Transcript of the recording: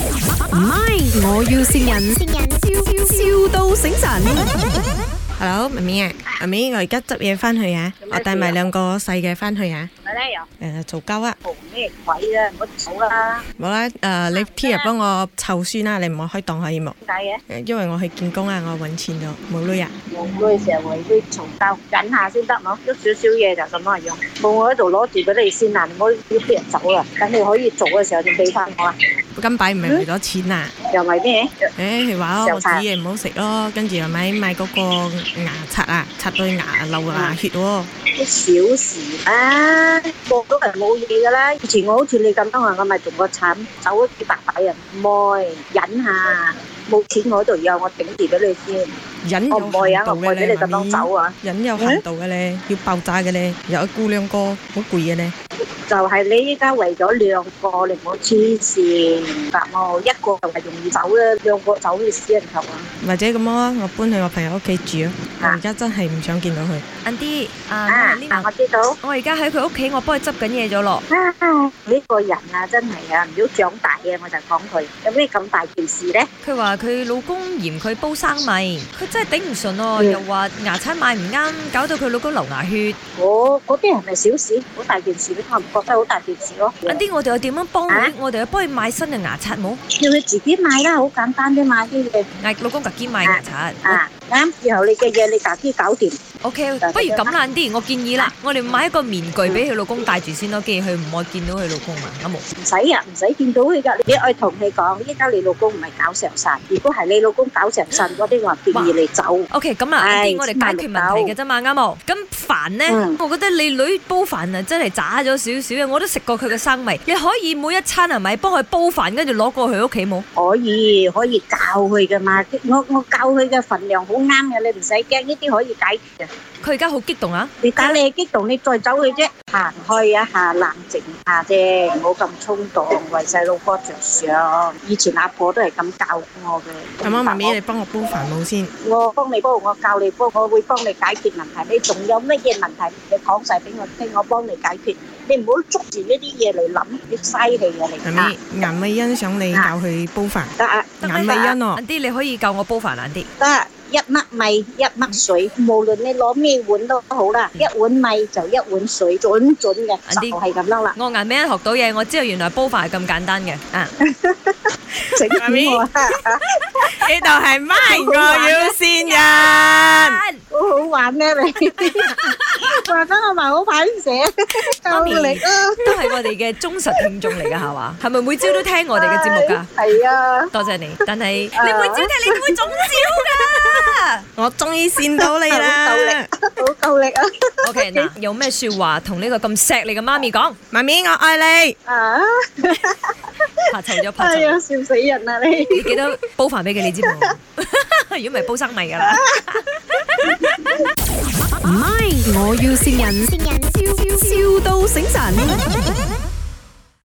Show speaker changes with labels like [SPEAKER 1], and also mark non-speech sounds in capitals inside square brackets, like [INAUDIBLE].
[SPEAKER 1] 唔係，我要善人，笑笑到醒神。
[SPEAKER 2] Hello，咪咪啊，咪咪，我而家執嘢翻去啊，我帶埋兩個細嘅翻去啊。
[SPEAKER 3] 咪咧
[SPEAKER 2] 誒、
[SPEAKER 3] 又
[SPEAKER 2] 做鳩啊，
[SPEAKER 3] 嘈咩鬼啊？唔好走啦，
[SPEAKER 2] 冇啦，誒、你 T 日幫我湊孫啦，你唔可以當可以冇，
[SPEAKER 3] 點解嘅？
[SPEAKER 2] 誒因為我去見工啊，我揾錢咗，冇女啊。
[SPEAKER 3] 我妹成日為啲嘈交，忍下先得咯，喐少少嘢就咁啊樣。冇我喺度攞住俾你先啦，啊唔好要啲人走啦。等你可以做嘅時候，你俾翻我啊。
[SPEAKER 2] 金幣唔係為咗錢啊，
[SPEAKER 3] 又為咩？
[SPEAKER 2] 誒佢話我
[SPEAKER 3] 上
[SPEAKER 2] 煮
[SPEAKER 3] 飯
[SPEAKER 2] 嘢唔好食咯，跟住又咪買嗰個牙刷啊，刷到牙流牙血喎、
[SPEAKER 3] 啲小事啦，過到人冇嘢噶啦。以前我好似你咁樣啊，我咪同個慘走咗幾百擺人，唔愛忍下。冇錢我喺度有，我頂住俾你先。
[SPEAKER 2] 忍
[SPEAKER 3] 我
[SPEAKER 2] 有
[SPEAKER 3] 唔愛啊，
[SPEAKER 2] 限度
[SPEAKER 3] 我唔
[SPEAKER 2] 嘅
[SPEAKER 3] 愛俾
[SPEAKER 2] 咧，
[SPEAKER 3] 你咁
[SPEAKER 2] 媽咪
[SPEAKER 3] 樣走啊！
[SPEAKER 2] 忍有限度嘅咧，要爆炸嘅咧，有一姑娘哥好攰嘅咧。
[SPEAKER 3] 就係你依家為咗兩個，你唔好黐線，白我一個就係容易走啦，兩個走嘅死人頭啊！
[SPEAKER 2] 或者咁咯，我搬去我朋友屋企住咯。我
[SPEAKER 3] 啊
[SPEAKER 2] 而家真係唔想見到佢。
[SPEAKER 4] Andy，
[SPEAKER 3] 啊
[SPEAKER 4] 啊，呢
[SPEAKER 3] 啊，我知道
[SPEAKER 4] 我而家喺佢屋企，我幫佢執緊嘢咗咯。
[SPEAKER 3] 啊，呢個人啊，真係啊，唔要長大嘅我就講佢，有咩咁大件事咧？
[SPEAKER 4] 佢話佢老公嫌佢煲生米，佢真係頂唔順咯，
[SPEAKER 3] 嗯
[SPEAKER 4] 又話牙刷買唔啱，搞到佢老公流牙血。
[SPEAKER 3] 我嗰啲係咪小事？好大件事咩？我唔覺得好大件事咯。
[SPEAKER 4] Andy，我哋又點樣幫
[SPEAKER 3] 啊
[SPEAKER 4] 佢？我哋又幫佢買新嘅牙刷冇？
[SPEAKER 3] 叫佢自己買啦，好簡單啫嘛啲嘢
[SPEAKER 4] 嗌老公自己買牙刷。
[SPEAKER 3] 啊，啱以後你嘅嘢你自己搞掂。
[SPEAKER 4] OK，
[SPEAKER 3] 就係咁
[SPEAKER 4] 不如咁
[SPEAKER 3] 啦
[SPEAKER 4] 啦，Andy，我建議
[SPEAKER 3] 啊
[SPEAKER 4] 啦，我哋買一個面具俾佢
[SPEAKER 3] 嗯
[SPEAKER 4] 老公戴住先咯，既然佢唔愛見到佢老公啊，阿毛。
[SPEAKER 3] 唔使啊，唔使見到佢噶。你可以同佢講，依家你老公唔係搞成神，如果係你老公搞成神嗰啲，我建議你走。
[SPEAKER 4] OK，咁啊
[SPEAKER 3] 唉
[SPEAKER 4] ，Andy，我哋解決問題嘅啫嘛，啱冇？咁飯呢
[SPEAKER 3] 嗯，
[SPEAKER 4] 我覺得你女煲飯啊，真係渣咗少少嘅，我都食過佢嘅生米。你可以每一餐係咪幫佢煲飯，跟住攞過去屋企冇？
[SPEAKER 3] 可以可以教佢噶嘛，我我教佢嘅份量好啱嘅，你唔使驚，呢啲可以解決嘅。
[SPEAKER 4] 佢而家好激動啊！
[SPEAKER 3] 你打你激動，你再走去啫，行開一下，冷靜下啫，唔好咁衝動，為細路哥着想。以前阿婆都係咁教我嘅。
[SPEAKER 2] 咁啊，媽咪，你幫我煲飯冇先。
[SPEAKER 3] 我幫你煲，我教你煲，我會幫你解決問題。你仲有乜嘢問題？你講晒俾我聽，我幫你解決。你唔好捉住呢啲嘢嚟諗，你嘥氣啊！
[SPEAKER 2] 媽
[SPEAKER 3] 你啊
[SPEAKER 2] 咪，顏美欣想你教佢煲飯。
[SPEAKER 3] 得啊
[SPEAKER 4] 得
[SPEAKER 2] 顏
[SPEAKER 4] 咩
[SPEAKER 2] 美欣哦，
[SPEAKER 4] Andy，你可以教我煲飯，Andy。
[SPEAKER 3] 得啊一粒米一粒水，無論你攞咩碗都好啦，一碗米就一碗水，準準嘅
[SPEAKER 4] 啲
[SPEAKER 3] 就係咁
[SPEAKER 4] [LAUGHS]
[SPEAKER 3] 樣啦。
[SPEAKER 4] 我眼咩學到嘢，我知道原來煲飯係咁簡單嘅。啊，
[SPEAKER 3] 嗯整死我啊！
[SPEAKER 2] [LAUGHS] 呢度係咪我要善
[SPEAKER 4] 啊
[SPEAKER 2] 人？
[SPEAKER 3] 好好玩咩你？話得我埋好排蛇，
[SPEAKER 4] 媽咪
[SPEAKER 3] 夠力啊！
[SPEAKER 4] 都係我哋嘅忠實聽眾嚟㗎，係嘛？係咪每朝都聽我哋嘅節目㗎？
[SPEAKER 3] 係 [LAUGHS] 啊，
[SPEAKER 4] 多謝你，但係你每朝聽你都會
[SPEAKER 3] [LAUGHS]
[SPEAKER 4] 中招㗎。
[SPEAKER 2] [LAUGHS] 我終於善到你
[SPEAKER 3] 好夠
[SPEAKER 2] 啦
[SPEAKER 3] 力！，好夠力啊！
[SPEAKER 4] OK，嗱，有咩説話同呢個咁錫你嘅媽咪講？
[SPEAKER 2] 媽咪，我愛你。
[SPEAKER 3] 啊，
[SPEAKER 4] 怕臭咗，怕
[SPEAKER 3] 哎
[SPEAKER 4] 臭
[SPEAKER 3] 呀，
[SPEAKER 4] 咗。
[SPEAKER 3] 笑死人啊你！
[SPEAKER 4] 你記得煲飯俾佢，你知冇？如果唔係煲生米㗎啦。
[SPEAKER 1] 唔係，我要善人，笑笑到醒神。